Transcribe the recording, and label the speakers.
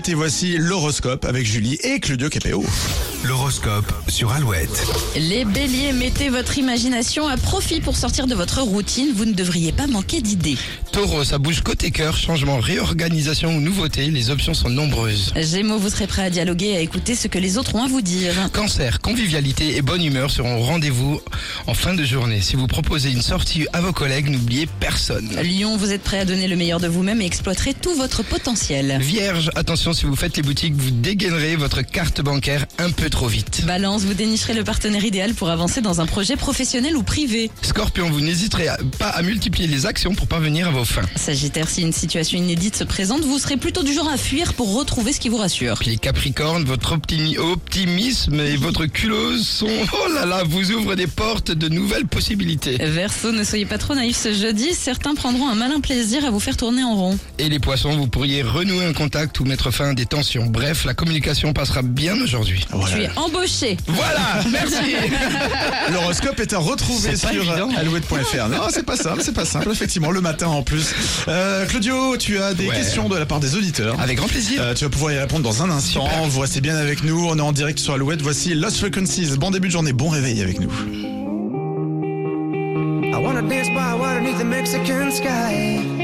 Speaker 1: Alouette et voici l'horoscope avec Julie et Claudio Capéo.
Speaker 2: L'horoscope sur Alouette.
Speaker 3: Les béliers, mettez votre imagination à profit pour sortir de votre routine. Vous ne devriez pas manquer d'idées.
Speaker 4: Taureau, ça bouge côté cœur, changement, réorganisation ou nouveauté, les options sont nombreuses.
Speaker 3: Gémeaux, vous serez prêt à dialoguer et à écouter ce que les autres ont à vous dire.
Speaker 4: Cancer, convivialité et bonne humeur seront au rendez-vous en fin de journée. Si vous proposez une sortie à vos collègues, n'oubliez personne.
Speaker 3: Lion, vous êtes prêt à donner le meilleur de vous-même et exploiterez tout votre potentiel.
Speaker 4: Vierge, attention si vous faites les boutiques, vous dégainerez votre carte bancaire un peu trop vite.
Speaker 3: Balance, vous dénicherez le partenaire idéal pour avancer dans un projet professionnel ou privé.
Speaker 4: Scorpion, vous n'hésiterez à- pas à multiplier les actions pour parvenir à vos fins.
Speaker 3: Sagittaire, si une situation inédite se présente, vous serez plutôt du genre à fuir pour retrouver ce qui vous rassure.
Speaker 4: Puis les Capricornes, votre optimi- optimisme et votre culot sont, oh là là, vous ouvrent des portes de nouvelles possibilités.
Speaker 3: Verseau, ne soyez pas trop naïf ce jeudi, certains prendront un malin plaisir à vous faire tourner en rond.
Speaker 4: Et les poissons, vous pourriez renouer un contact ou mettre fin à des tensions. Bref, la communication passera bien aujourd'hui.
Speaker 1: Oh
Speaker 3: Tu es embauché
Speaker 4: Voilà, merci
Speaker 1: L'horoscope est à retrouver
Speaker 4: C'est
Speaker 1: sur
Speaker 4: pas évident.
Speaker 1: alouette.fr. Non, c'est pas simple, c'est pas simple, effectivement, le matin en plus. Euh, Claudio, tu as des
Speaker 4: Ouais. Ah.
Speaker 1: questions de la part des auditeurs.
Speaker 4: Avec grand plaisir
Speaker 1: Euh, tu vas pouvoir y répondre dans un instant. Voici bien avec nous, on est en direct sur Alouette. Voici Lost Frequencies. Bon début de journée, bon réveil avec nous.
Speaker 5: I wanna dance by water beneath the Mexican sky.